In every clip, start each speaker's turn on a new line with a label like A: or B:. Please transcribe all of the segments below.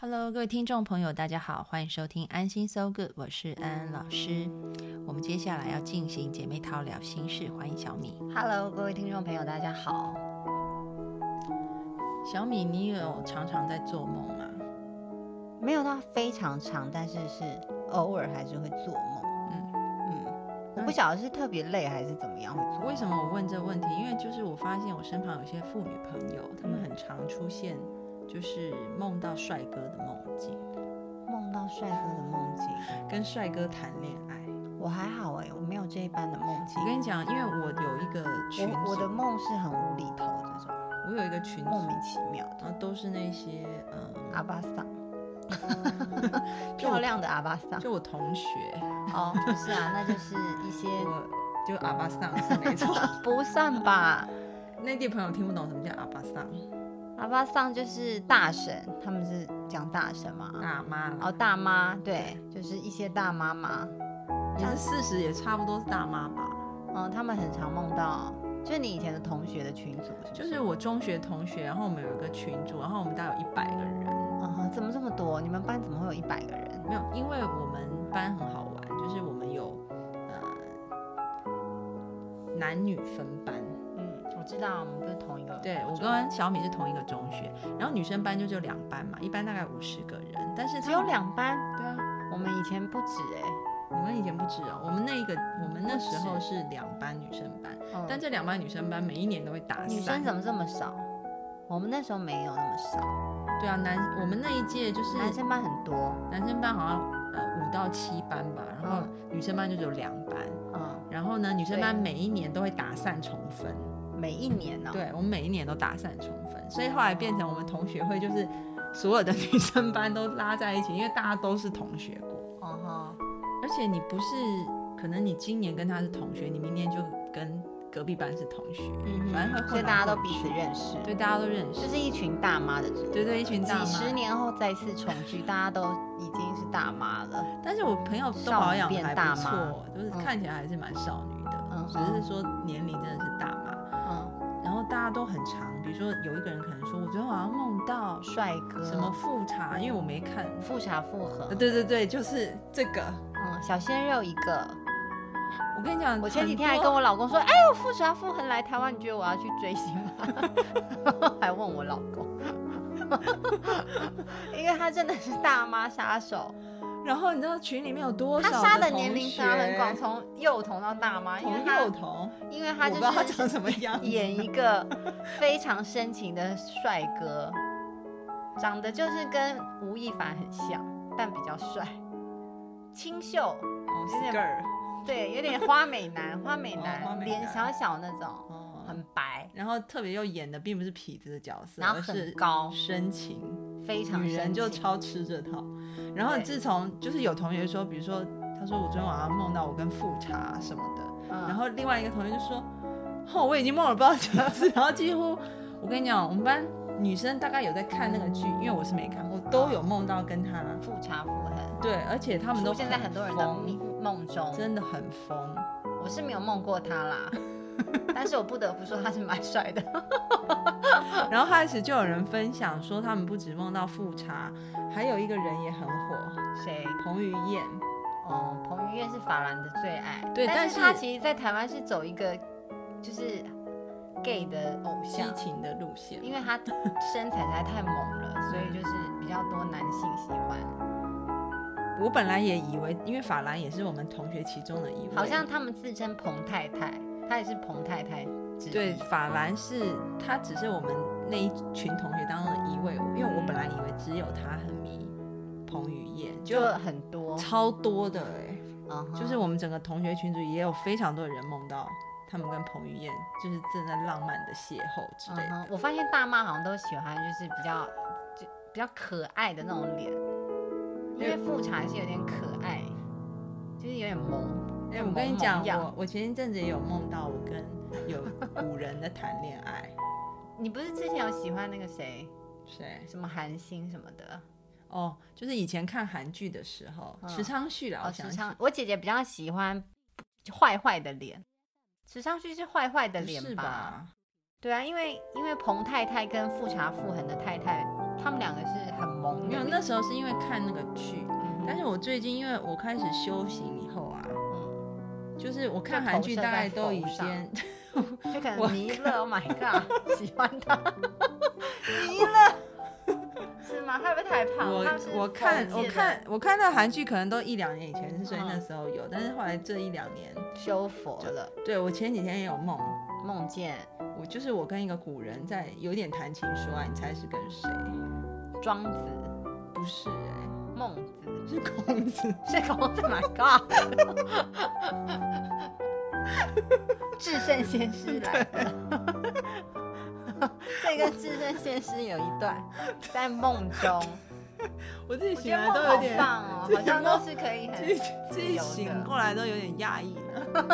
A: Hello，各位听众朋友，大家好，欢迎收听《安心 So Good》，我是安安老师。我们接下来要进行姐妹淘聊心事，欢迎小米。
B: Hello，各位听众朋友，大家好。
A: 小米，你有常常在做梦吗？
B: 没有到非常长，但是是偶尔还是会做梦。嗯
A: 嗯
B: 嗯，我不晓得是特别累还是怎么样会做梦。
A: 为什么我问这个问题？因为就是我发现我身旁有些妇女朋友，她们
B: 嗯
A: 很常出现就是梦到帅哥的梦境，
B: 梦到帅哥的梦境？
A: 跟帅哥谈恋爱。
B: 我还好哎、我没有这一般的梦境
A: 我。跟你讲，因为我有一个群
B: 我我的
A: 组，
B: 梦是很无厘头的这种，
A: 我有一个群
B: 莫
A: 组，
B: 名其妙的。
A: 然后都是那些嗯，
B: 阿巴桑， 漂亮的阿巴桑。
A: 哦就我同学，
B: 哦，不是啊，那就是一些
A: 我就阿巴桑是 没错。
B: 不算吧。
A: 内地朋友听不懂什么叫阿巴桑，
B: 阿巴桑就是大神，他们是讲大神嘛。
A: 大妈
B: 然后
A: 啦，
B: 大妈，对，就是一些大妈妈，
A: 也是四十，也差不多是大妈吧。
B: 嗯，他们很常梦到，就是你以前的同学的群组，是不，
A: 就是是我中学同学，然后我们有一个群组，然后我们大概有一百个人。
B: 嗯哼，怎么这么多？你们班怎么会有一百个人？
A: 没有，因为我们班很好玩，就是我们有呃男女分班。
B: 嗯，我知道，我们不是同一个，
A: 对我跟小米是同一个中学，然后女生班就只有两班嘛，一班大概五十个人，但是他
B: 只有。两班，
A: 对啊，
B: 我们以前不止哎、
A: 我们以前不止哦，我们那一个我们那时候是两班女生班，
B: 嗯
A: 但这两班女生班每一年都会打散。
B: 女生怎么这么少？我们那时候没有那么少，
A: 对啊，男我们那一届就是
B: 男生班很多，
A: 男生班好像呃五到七班吧，然后女生班就只有两班，
B: 嗯，
A: 然后呢女生
B: 对
A: 班每一年都会打散重分，
B: 每一年呢、
A: 对我们每一年都打散重分，所以后来变成我们同学会就是所有的 女生班都拉在一起，因为大家都是同学过，
B: 哦哈，
A: 而且你不是可能你今年跟他是同学，你明年就跟隔壁班是同学，
B: 嗯
A: 反正会
B: 哼，
A: 混
B: 所以
A: 来
B: 大家都
A: 混
B: 彼此
A: 去
B: 认识，
A: 对，大家都认识
B: 就，是一群大妈的组合，
A: 对对一群大
B: 几
A: 妈
B: 十年后再次重聚，大家都已经是大妈了。
A: 但是我朋友都
B: 少女
A: 保养的
B: 变
A: 还
B: 大
A: 不
B: 妈
A: 错，就是
B: 嗯
A: 看起来还是蛮少女的，
B: 嗯
A: 只是说年龄真的是大妈。
B: 嗯，
A: 然后大家都很长，比如说有一个人可能说，我昨天晚上梦到
B: 帅哥，
A: 什么复查，因为我没看。
B: 富察复合
A: 呃，，对对对，就是这个。
B: 嗯，小鲜肉一个。
A: 我跟你讲，
B: 我前几天还
A: 很
B: 跟
A: 多
B: 我老公说，哎呦，富察复合来台湾，你觉得我要去追星吗？ 还问我老公，因为他真的是大妈杀手，
A: 然后你知道群里面有多少
B: 他
A: 的
B: 杀的
A: 同
B: 年龄
A: 学
B: 杀很广，从幼童到大妈，因为
A: 从
B: 他
A: 幼童，
B: 因为
A: 我
B: 他
A: 不
B: 就
A: 知道他
B: 是
A: 长什么样子。
B: 演一 个非常深情的帅哥，长得就是跟吴亦凡很像，但比较帅，清秀，
A: 哦
B: 有点
A: skirl
B: 对，有点花美男，花美
A: 哦花
B: 男，
A: 美
B: 脸
A: 男
B: 小小那种，
A: 哦，
B: 很白，
A: 然后特别又演的并不是痞子的角色，
B: 然后
A: 而
B: 很
A: 是
B: 高
A: 深情。
B: 非常
A: 女人
B: 深
A: 就
B: 情。
A: 超吃这套。然后
B: 对
A: 自从就是有同学说，比如说他说我昨天晚上梦到我跟富察什么的，
B: 嗯
A: 然后另外一个同学就说，哦我已经梦了不知道几次，然后几乎我跟你讲，我们班女生大概有在看那个剧，因为我是没看，我都有梦到跟他，
B: 富察复合，
A: 对，而且他们都
B: 出现在很多人的
A: 疯，
B: 梦梦中。
A: 真的很疯。
B: 我是没有梦过他 啦，但是我不得不说他是蛮帅的。
A: 然后开始就有人分享说，他们不止梦到富察，还有一个人也很火，
B: 谁？
A: 彭于晏。
B: 哦，彭于晏是法兰的最爱，
A: 对但
B: 但
A: 是
B: 他其实，在台湾是走一个就是 gay 的偶
A: 激
B: 像，
A: 情的路线，
B: 因为他身材实在太猛了，所以就是比较多男性喜欢。
A: 我本来也以为，因为法兰也是我们同学其中的一位，
B: 好像他们自称彭太太，她也是彭太太之一
A: 对，法兰是他只是我们那一群同学当中的一位，因为我本来以为只有他很迷彭于晏，就
B: 就很多，
A: 超多的哎、
B: 嗯哼
A: 就是我们整个同学群组也有非常多人梦到他们跟彭于晏就是正在浪漫的邂逅之类
B: 嗯
A: 的。
B: 哼，我发现大妈好像都喜欢就是比较就比较可爱的那种脸，因为富察是有点可爱，就是有点萌。
A: 哎、我跟你讲，
B: 萌样
A: 我我前一阵子也有梦到我跟有古人在谈恋爱，
B: 你不是之前有喜欢那个谁，
A: 谁？
B: 什么韩星什么的？
A: 哦，就是以前看韩剧的时候，
B: 嗯
A: 池昌旭啦，
B: 哦，
A: 我想
B: 时
A: 起
B: 尚，我姐姐比较喜欢坏坏的脸，时尚剧是坏坏的
A: 不
B: 脸
A: 是吧？
B: 对啊，因为因为彭太太跟富察傅恒的太太，他们两个是很萌
A: 没
B: 的
A: 有，
B: 脸。
A: 那哎时候是因为看那个剧，
B: 嗯
A: 但是我最近因为我开始修行以后啊，
B: 嗯
A: 就是我看韩剧大概都已
B: 就投射在
A: 经，
B: 就可
A: 我
B: 能弥勒，Oh my god，喜欢他，弥勒是吗？他会不会太胖？
A: 我
B: 他是
A: 我看
B: 佛
A: 我
B: 界的
A: 看我看到韩剧可能都一两年以前，所以
B: 嗯
A: 那时候有，但是后来这一两年，
B: 修佛了，
A: 对我前几天也有梦，
B: 梦见
A: 我就是我跟一个古人在有点谈情说爱，你猜是跟谁？
B: 庄子、
A: 不是哎、
B: 孟子，
A: 是孔子。
B: 是孔子，My God，至圣先师来了。 这跟至圣先师有一段，在梦中，
A: 我自己
B: 我觉
A: 醒
B: 得
A: 来都
B: 梦
A: 有
B: 好
A: 点，
B: 棒哦，
A: 自
B: 好
A: 己
B: 像
A: 梦
B: 都是可以很
A: 自己自
B: 自
A: 己
B: 由
A: 醒
B: 的。
A: 过来都有点压抑 了。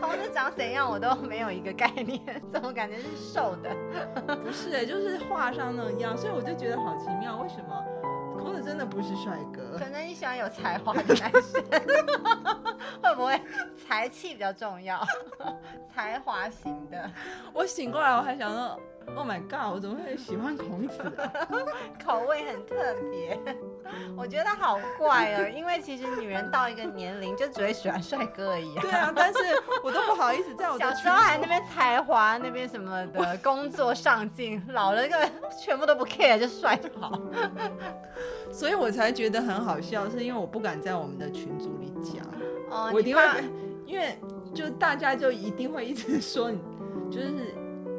B: 猴子长怎样我都没有一个概念，怎么感觉是瘦的？
A: 不是哎、就是画上那样，所以我就觉得好奇妙，为什么孔子真的不是帅哥
B: 可？能你喜欢有才华的男生，会不会才气比较重要？才华型的，
A: 我醒过来我还想
B: 嗯
A: 说，Oh my god，我怎么会喜欢孔子啊、
B: 口味很特别。我觉得好怪哦，因为其实女人到一个年龄就只会喜欢帅哥而已、啊。
A: 对啊，但是我都不好意思在我的
B: 小
A: 群
B: 时候还那
A: 组
B: 边才华那边什么的，工作上进，老了个全部都不 care，就帅就好。
A: 所以我才觉得很好笑，是因为我不敢在我们的群组里讲，
B: 哦，
A: 我
B: 你
A: 一定会
B: 怕，
A: 因为就大家就一定会一直说你，就是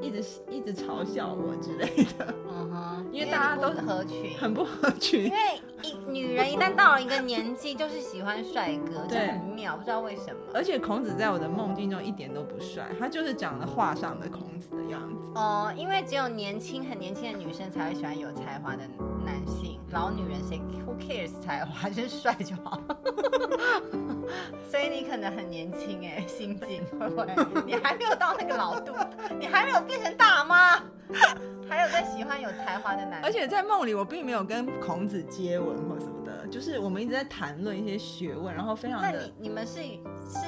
A: 一直一直嘲笑我之类的，
B: 嗯哼，
A: 因为大家
B: 你
A: 都
B: 不合 群，
A: 很不合群
B: 因。为一女人一旦到了一个年纪，就是喜欢帅哥，就
A: 对
B: 很妙，不知道为什么。
A: 而且孔子在我的梦境中一点都不帅，他就是长得画上的孔子的样子。
B: 哦、因为只有年轻很年轻的女生才会喜欢有才华的男性，老女人谁 who cares 才华，就是帅就好。 所以你可能很年轻哎、心境会不会？你还没有到那个老度，你还没有变成大妈， 还有在喜欢有才华的男
A: 而
B: 生。
A: 且在梦里，我并没有跟孔子接吻或什么的，就是我们一直在谈论一些学问，然后非常
B: 那
A: 的
B: 你你们是是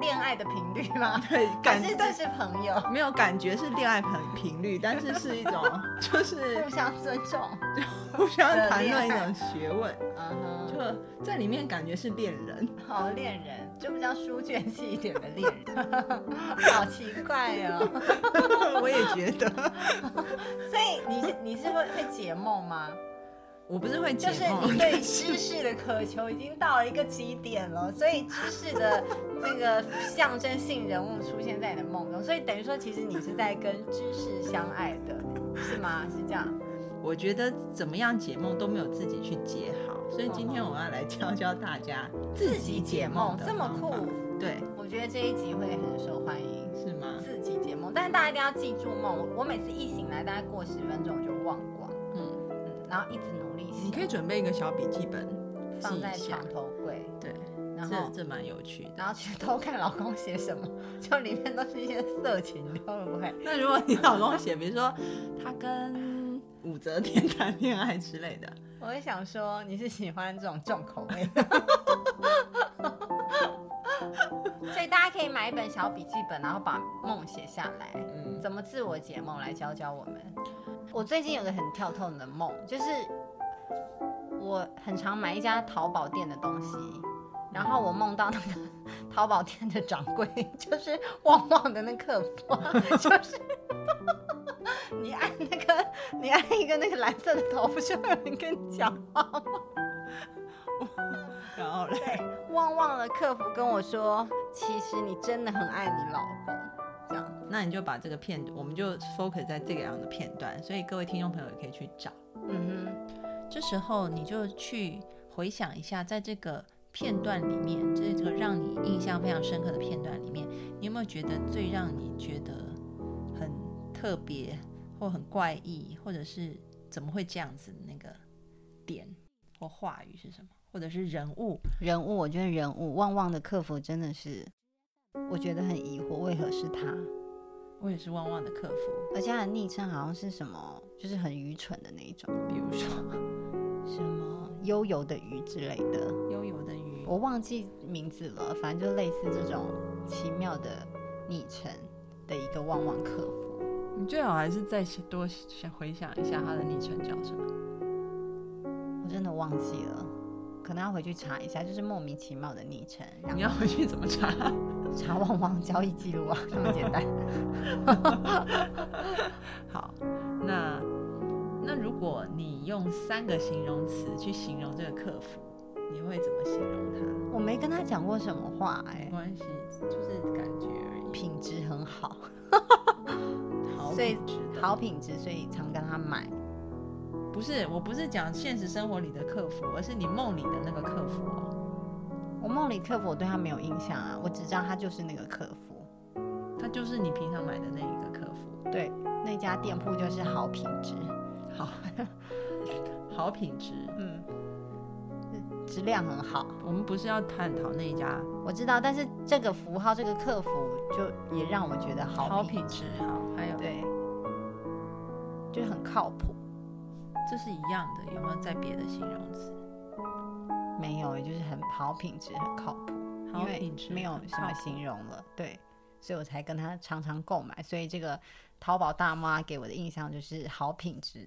B: 恋爱的频率吗？
A: 对
B: 还
A: 感
B: 是只
A: 但是
B: 是朋友，
A: 没有感觉是恋爱频频率，但是是一 种就是
B: 互相尊重？
A: 互相
B: 的
A: 谈论一
B: 恋爱
A: 种学问，
B: 嗯哼，
A: 就在里面感觉是恋人。
B: 好恋人，就比较书卷气一点的恋人， 好奇怪哦。
A: 我也觉得，
B: 所以你是你是会会解梦吗？
A: 我不是会解
B: 就是
A: 梦
B: 你， 对知识的渴求已经到了一个极点了，所以知识的那个象征性人物出现在你的梦中，所以等于说其实你是在跟知识相爱的，是吗？是这样？
A: 我觉得怎么样解梦都没有自己去解好，所以今天我要来教教大家自己解梦的
B: 这么
A: 方
B: 酷
A: 法，对，
B: 我觉得这一集会很受欢迎。
A: 是吗？
B: 自己解梦，但是大家一定要记住梦。我我每次一醒来，大概过十分钟我就忘光，
A: 嗯，
B: 嗯，然后一直努力
A: 你
B: 写，
A: 可以准备一个小笔记本，记
B: 放在
A: 一下
B: 床，头柜，
A: 对，
B: 然
A: 这
B: 后
A: 这蛮有趣的。
B: 然后去偷看老公写什么， 就里面都是一些色情的，会不会？
A: 那如果你老公写，比如说他跟武则天 谈恋爱之类的，
B: 我会想说你是喜欢这种重口味的。 所以大家可以买一本小笔记本，然后把梦写下来。
A: 嗯，
B: 怎么自我解梦来教教我们。我最近有个很跳痛的梦，就是我很常买一家淘宝店的东西，然后我梦到那个 淘宝店的掌柜， 就是旺旺的那客服啊， 就是你按那个你按一个那个蓝色的头，不是会有人跟你讲话吗？
A: 然后嘞，
B: 对，旺旺的客服跟我说，其实你真的很爱你老公，这样。
A: 那你就把这个片，我们就 focus 在这个样的片段，所以各位听众朋友也可以去找。
B: 嗯哼。
A: 这时候你就去回想一下，在这个片段里面，就是这个让你印象非常深刻的片段里面，你有没有觉得最让你觉得很特别，或很怪异，或者是怎么会这样子的那个点或话语是什么，或者是人物？
B: 人物，我觉得人物旺旺的客服真的是，我觉得很疑惑，为何是他？
A: 我也是旺旺的客服，
B: 而且他的昵称好像是什么，就是很愚蠢的那一种，
A: 比如说
B: 什么悠游的鱼之类的，
A: 悠游的鱼，
B: 我忘记名字了，反正就类似这种奇妙的昵称的一个旺旺客服。
A: 你最好还是再多想回想一下他的昵称叫什么。
B: 我真的忘记了，可能要回去查一下，就是莫名其妙的昵称，然
A: 你要
B: 后
A: 回去怎么查？
B: 查旺旺交易记录啊，这么简单。
A: 好，那那如果你用三个形容词去形容这个客服，你会怎么形容他？
B: 我没跟他讲过什么话、
A: 没
B: 哎，
A: 关系，就是感觉而已。
B: 品质很好，
A: 好
B: 所以
A: 品质的，
B: 好品质，所以常跟他买。
A: 不是，我不是讲现实生活里的客服，而是你梦里的那个客服哦。
B: 我梦里客服我对他没有印象啊，我只知道他就是那个客服，
A: 他就是你平常买的那一个客服，
B: 对，那家店铺就是好品质，
A: 好，好品质。
B: 嗯，质量很好，
A: 我们不是要探讨那一家
B: 我知道，但是这个符号这个客服就也让我觉得好
A: 好
B: 品，
A: 品质，好，还有
B: 对，就是很靠谱，
A: 这是一样的，有没有在别的形容词？
B: 没有，就是很好品质，很靠谱，
A: 好品质
B: 因为没有什么形容了，对，所以我才跟他常常购买，所以这个淘宝大妈给我的印象就是好品质，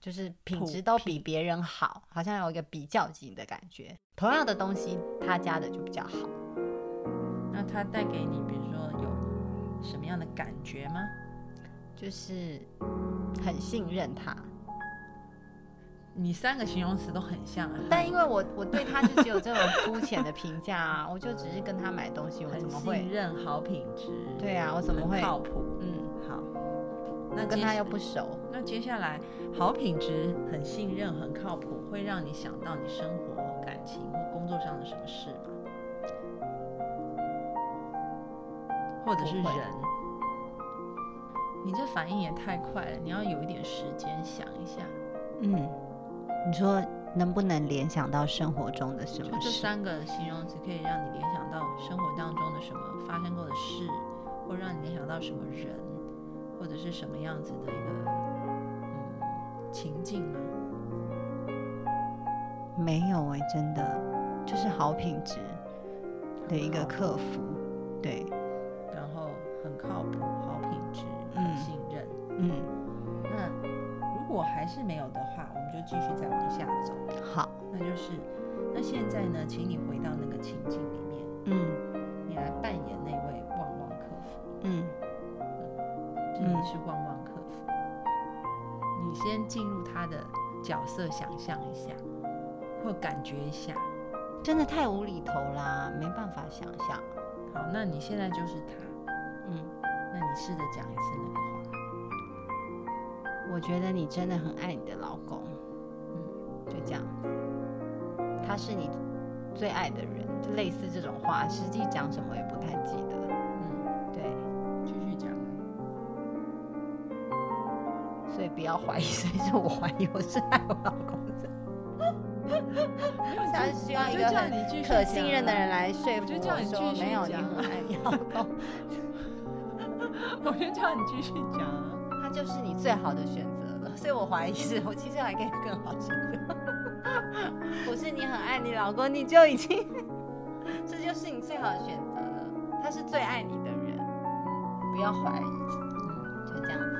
B: 就是品质都比别人好，好像有一个比较级的感觉。同样的东西，他家的就比较好，
A: 那它带给你，比如说有什么样的感觉吗？
B: 就是很信任他。
A: 你三个形容词都很像啊，
B: 但因为我我对他就只有这种肤浅的评价啊，我就只是跟他买东西，我
A: 很
B: 怎么
A: 信
B: 会？
A: 任、好品质，
B: 对啊，我怎么
A: 很
B: 会？
A: 靠谱？
B: 嗯，
A: 好，那
B: 那跟
A: 接
B: 他
A: 下
B: 又不熟，
A: 那接下来，好品质、很信任、很靠谱，会让你想到你生活、感情或工作上的什么事吗？或者是
B: 不会
A: 人？你这反应也太快了，你要有一点时间想一下。
B: 嗯，你说能不能联想到生活中的什
A: 就
B: 么
A: 这
B: 事？
A: 三个形容词可以让你联想到生活当中的什么发生过的事，或让你联想到什么人，或者是什么样子的一个嗯情境吗？
B: 没有哎、真的就是好品质的一个客服，对，
A: 然后很靠谱、好品质、很
B: 嗯
A: 信任。
B: 嗯，
A: 那如果还是没有的话，我们就继续再往下走。
B: 好，
A: 那就是，那现在呢，请你回到那个情境里面，
B: 嗯
A: 你来扮演那位旺旺客服。
B: 嗯，
A: 是你是旺旺客服，你先进入他的角色，想象一下，或感觉一下。
B: 真的太无厘头啦，没办法想象，
A: 好，那你现在就是他，
B: 嗯，
A: 那你试着讲一次那个话。
B: 我觉得你真的很爱你的老公，嗯，就这样子，他是你最爱的人，就类似这种话，实际讲什么也不太记得，
A: 嗯，
B: 对，
A: 继续讲。啊
B: 所以不要怀疑，所以就我怀疑我是爱我老公的。他需要一
A: 就
B: 个
A: 叫
B: 很
A: 你继续
B: 可信任的
A: 讲
B: 人来说服
A: 我就叫
B: 啊我
A: 你
B: 说
A: 继续
B: 没有，你
A: 讲
B: 很爱你 老公，
A: 啊， 我就叫你继续讲啊。
B: 他就是你最好的选择了。所以 我怀疑是我其实还可以更好选择， 不是你很爱你老公，你就已经 这就是你最好的选择了，他是最爱你的人，不要怀疑，
A: 嗯
B: 就这样子。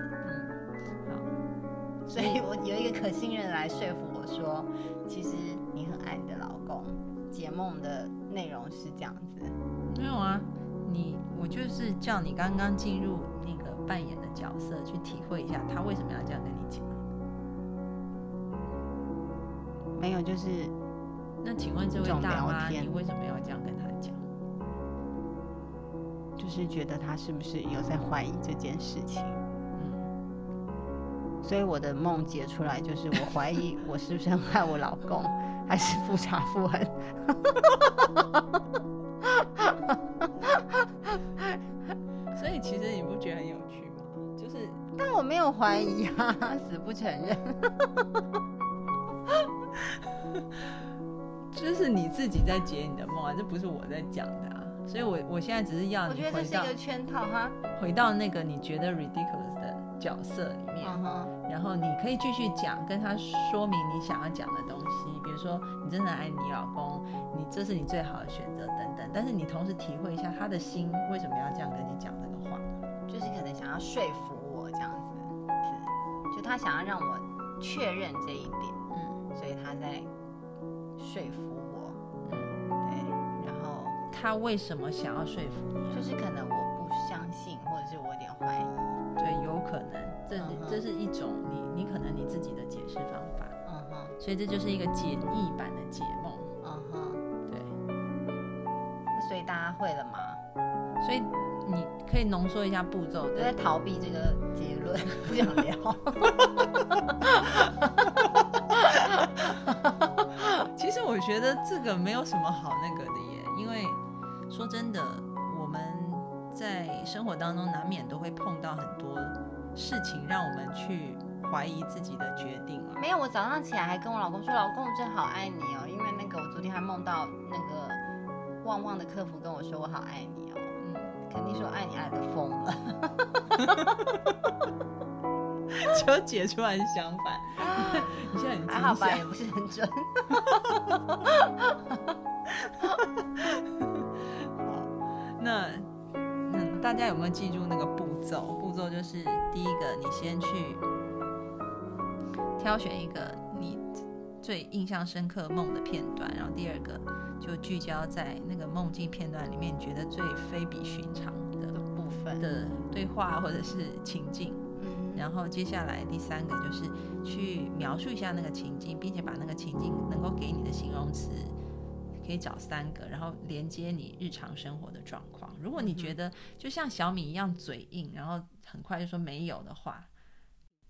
A: 嗯，
B: 所以我有一个可信任来说服我说，其实你很爱你的老公。解梦的内容是这样子，
A: 好，没有啊，你我就是叫你刚刚进入那个扮演的角色，去体会一下他为什么要这样跟你讲。
B: 没有就是
A: 那请问这位
B: 这种
A: 大
B: 聊
A: 妈，
B: 天
A: 你为什么要这样跟他讲？
B: 就是觉得他是不是有在怀疑这件事情，
A: 嗯。
B: 所以我的梦解出来就是我怀疑我是不是很爱我老公，还是复查复痕？
A: 所以其实你不觉得很有趣吗？就是
B: 但我没有怀疑啊，死不承认。
A: 就是你自己在解你的梦啊，这不是我在讲的啊。所以我我现在只是要
B: 我
A: 啊你
B: 觉得
A: 回
B: 这是一
A: 到
B: 个圈套哈。
A: 回到那个你觉得 ridiculous 的角色里面，
B: 嗯哼，
A: 然后你可以继续讲，跟他说明你想要讲的东西，比如说你真的爱你老公，你这是你最好的选择等等。但是你同时体会一下他的心为什么要这样跟你讲这个话。
B: 就是可能想要说服我这样子，是，就他想要让我确认这一点，
A: 嗯
B: 所以他在说服我。
A: 嗯，
B: 对，然后
A: 他为什么想要说服你？
B: 就是可能我不相信，或者是我有点怀疑。
A: 对，有可能，这
B: 嗯哼
A: 这是一种你你可能你自己的解释方法，
B: 嗯哼，
A: 所以这就是一个简易版的解梦。
B: 嗯哼，
A: 对，
B: 那所以大家会了吗？
A: 所以你可以浓缩一下步骤。
B: 我在逃避这个结论，不想聊。
A: 其实我觉得这个没有什么好那个的耶，因为说真的，我们在生活当中难免都会碰到很多事情，让我们去怀疑自己的决定啊。
B: 没有，我早上起来还跟我老公说：“老公，我真好爱你哦。”因为那个我昨天还梦到那个旺旺的客服跟我说：“我好爱你哦。”
A: 嗯，
B: 肯定说爱你爱的疯了。
A: 就解出来相反， 你现在 很
B: 还好
A: 惊
B: 吧，
A: 吓
B: 也。不是很准。
A: 那嗯，大家有没有记住那个步骤？步骤就是第一个，你先去挑选一个你最印象深刻梦的片段，然后第二个就聚焦在那个梦境片段里面，你觉得最非比寻常
B: 的
A: 的
B: 部分，
A: 的对话或者是情境。
B: 嗯，
A: 然后接下来第三个就是去描述一下那个情境，并且把那个情境能够给你的形容词，可以找三个，然后连接你日常生活的状况。如果你
B: 嗯
A: 觉得就像小米一样嘴硬，然后很快就说没有的话，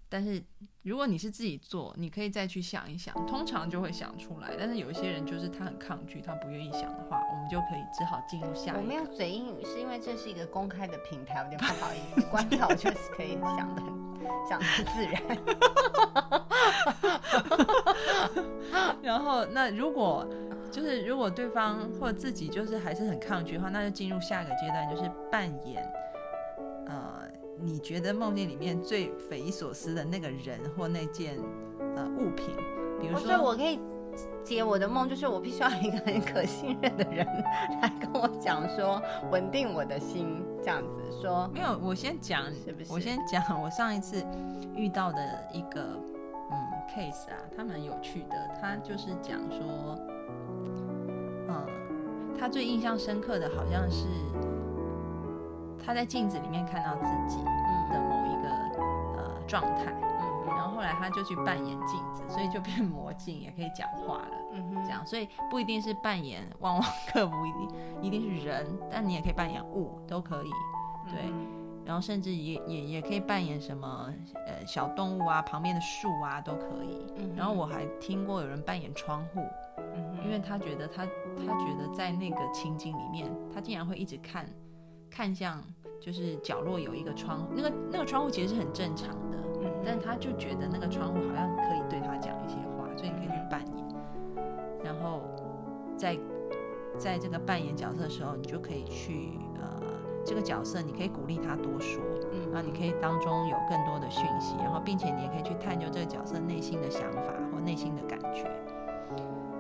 A: 但是如果你是自己做，你可以再去想一想，通常就会想出来。但是有一些人就是他很抗拒，他不愿意想的话，我们就可以只好进入下
B: 我
A: 一
B: 没
A: 个。
B: 有嘴硬，是因为这是一个公开的平台，我有点不好意思。关掉，我就是可以 想的很，想的很自然。
A: 然后，那如果就是如果对方或自己就是还是很抗拒的话，那就进入下一个阶段，就是扮演呃你觉得梦境里面最匪夷所思的那个人或那件呃物品，比如
B: 哦所以
A: 说
B: 我可以解我的梦，就是我必须要一个很可信任的人来跟我讲说，稳定我的心，这样子说。
A: 没有，我先讲，
B: 是不是
A: 我先讲我上一次遇到的一个嗯 case 啊，它蛮有趣的。他就是讲说，嗯，他最印象深刻的好像是他在镜子里面看到自己的
B: 嗯
A: 某一个呃状态，然
B: 嗯
A: 后后来他就去扮演镜子，所以就变魔镜，也可以讲话了。
B: 嗯
A: 这
B: 哼，
A: 样，所以不一定是扮演旺旺 客服，一定一定是人，但你也可以扮演物，都可以。对
B: 嗯
A: 然后甚至也也也可以扮演什么呃小动物啊，旁边的树啊都可以。
B: 嗯
A: 然后我还听过有人扮演窗户，
B: 嗯哼
A: 因为他觉得他他觉得在那个情景里面，他竟然会一直看看向就是角落有一个窗户，那个那个窗户其实是很正常的，
B: 嗯哼
A: 但他就觉得那个窗户好像可以对他讲一些话，所以你可以去扮演，然后在在这个扮演角色的时候，你就可以去呃这个角色，你可以鼓励他多说，
B: 嗯
A: 然后你可以当中有更多的讯息，然后并且你也可以去探究这个角色内心的想法或内心的感觉，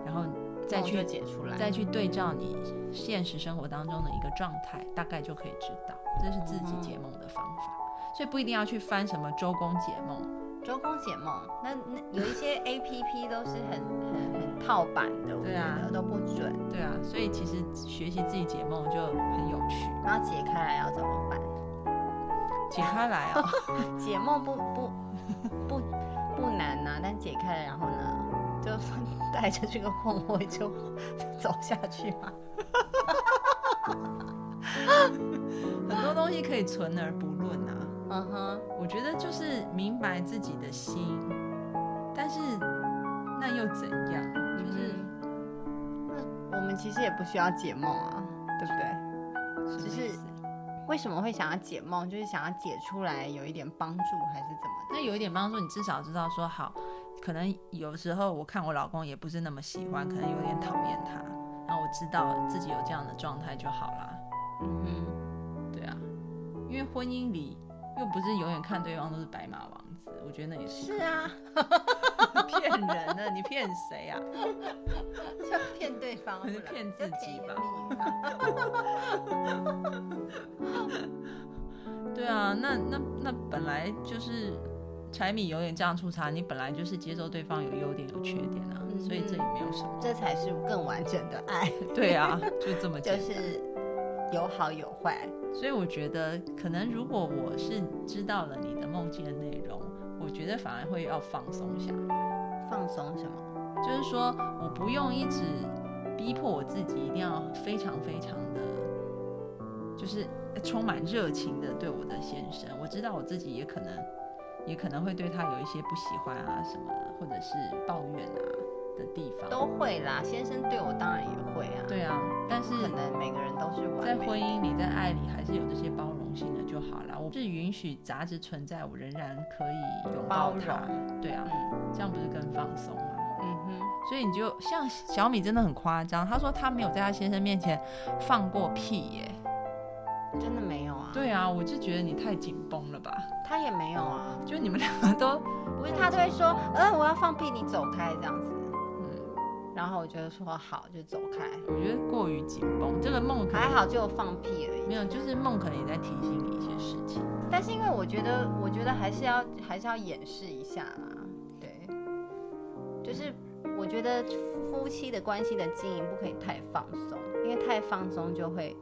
A: 然后再
B: 那我就
A: 去
B: 解出来，
A: 再去对照你现实生活当中的一个状态，大概就可以知道，这是自己解梦的方法。所以不一定要去翻什么周公解梦，
B: 周公解梦，那那有一些 A P P 都是很很很套版的，我觉
A: 对啊
B: 得都不准。
A: 对啊。所以其实学习自己解梦就很有趣，
B: 然后解开来要怎么办？
A: 解开来哦。
B: 解梦不不不不难呐、但解开来然后呢，就带着这个困惑就走下去嘛。
A: 很多东西可以存而不论啊。
B: 嗯哼，
A: 我觉得就是明白自己的心，但是那又怎样？就是
B: 嗯我们其实也不需要解梦啊，对不对？
A: 只
B: 就是为什么会想要解梦？就是想要解出来有一点帮助，还是怎么的？
A: 那有一点帮助，你至少知道说好，可能有时候我看我老公也不是那么喜欢，可能有点讨厌他，然后我知道自己有这样的状态就好啦。
B: 嗯
A: 对啊，因为婚姻里又不是永远看对方都是白马王子，我觉得那也
B: 哼，
A: 是
B: 是啊，
A: 骗人的，你骗谁啊？
B: 就骗对方，
A: 还是
B: 不然
A: 骗自
B: 就
A: 己
B: 甜
A: 吧
B: 言蜜语嘛
A: 对啊，那那那本来就是柴米油盐酱醋茶，你本来就是接受对方有优点有缺点啊，
B: 嗯
A: 所以这也没有什么。
B: 这才是更完整的爱，
A: 对啊，就这么
B: 就
A: 简单。
B: 是有好有坏。
A: 所以我觉得，可能如果我是知道了你的梦境的内容，我觉得反而会要放松一下，
B: 放松什么？
A: 就是说我不用一直逼迫我自己一定要非常非常的，就是充满热情的对我的先生。我知道我自己也可能，也可能会对他有一些不喜欢啊什么的，或者是抱怨啊的地方。
B: 都会啦，先生对我当然也会啊。
A: 对啊，但是
B: 不可能每个人都是
A: 在
B: 完美
A: 婚
B: 的。
A: 姻里，在爱里，还是有这些包容性的就好啦。我是允许杂质存在，我仍然可以拥抱它
B: 包。
A: 对啊，这样不是更放松吗？
B: 嗯哼，
A: 所以你就像小米真的很夸张，她说她没有在她先生面前放过屁耶、
B: 真的没有啊。，
A: 对啊，我就觉得你太紧绷了吧？
B: 他也没有啊。
A: 就你们两个都，
B: 不是他都会说，呃，我要放屁，你走开这样子。
A: 嗯，
B: 然后我就说好，就走开。
A: 我觉得过于紧绷。这个梦可能
B: 还好就放屁而已。
A: 没有，就是梦可能也在提醒你一些事情。
B: 但是因为我觉得，我觉得还是要还是要掩饰一下啦。对，就是我觉得夫妻的关系的经营不可以太放松，因为太放松就会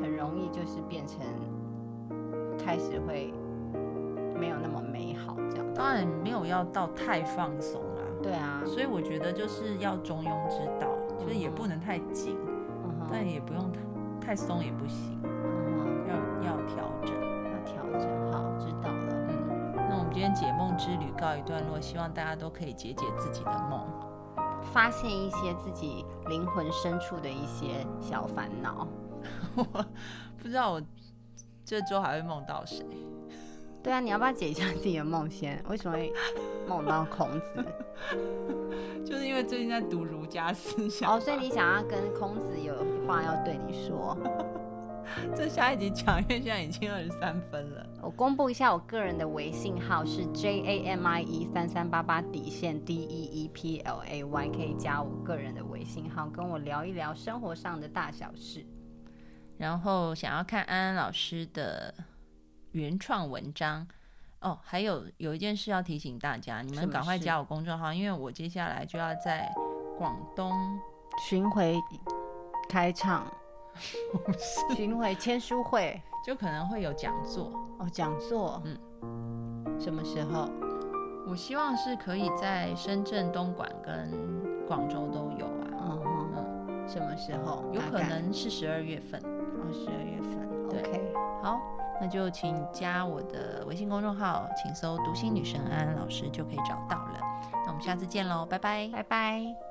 B: 很容易就是变成开始会没有那么美好这样。
A: 当然没有要到太放松啦、
B: 对啊，
A: 所以我觉得就是要中庸之道，就是也不能太紧，
B: 嗯哼
A: 但也不用太太松也不行，
B: 嗯
A: 要要调整。
B: 哼，要调整好，知道了。
A: 嗯，那我们今天解梦之旅告一段落，希望大家都可以解解自己的梦。
B: 发现一些自己灵魂深处的一些小烦恼。
A: 我不知道我这周还会梦到谁，
B: 对啊，你要不要解一下自己的梦先？为什么会梦到孔 子？
A: 就是因为最近在读儒家思想。
B: 哦，所以你想要跟孔子有话要对你说。
A: 这下一集讲，因为现在已经二十三分了。
B: 我公布一下我个人的微信号是 J A M I E 三三八八底线 D E E P L A Y，可以加我个人的微信号，跟我聊一聊生活上的大小事。
A: 然后想要看安安老师的原创文章哦，还有有一件事要提醒大家，你
B: 什
A: 们
B: 么
A: 赶快
B: 事
A: 加我公众号，因为我接下来就要在广东，
B: 巡回开唱， 巡回签书会
A: 就可能会有讲座。
B: 哦，讲座，什么时候？
A: 我希望是可以在深圳、东莞跟广州都有啊，
B: 嗯哼，什么时候？
A: 有
B: 大
A: 可
B: 概
A: 能是十二月份。
B: 哦，十二月份
A: 对
B: ，OK。
A: 好，那就请加我的微信公众号，请搜“读心女神安安老师”就可以找到了。那我们下次见喽，拜拜。
B: 拜拜。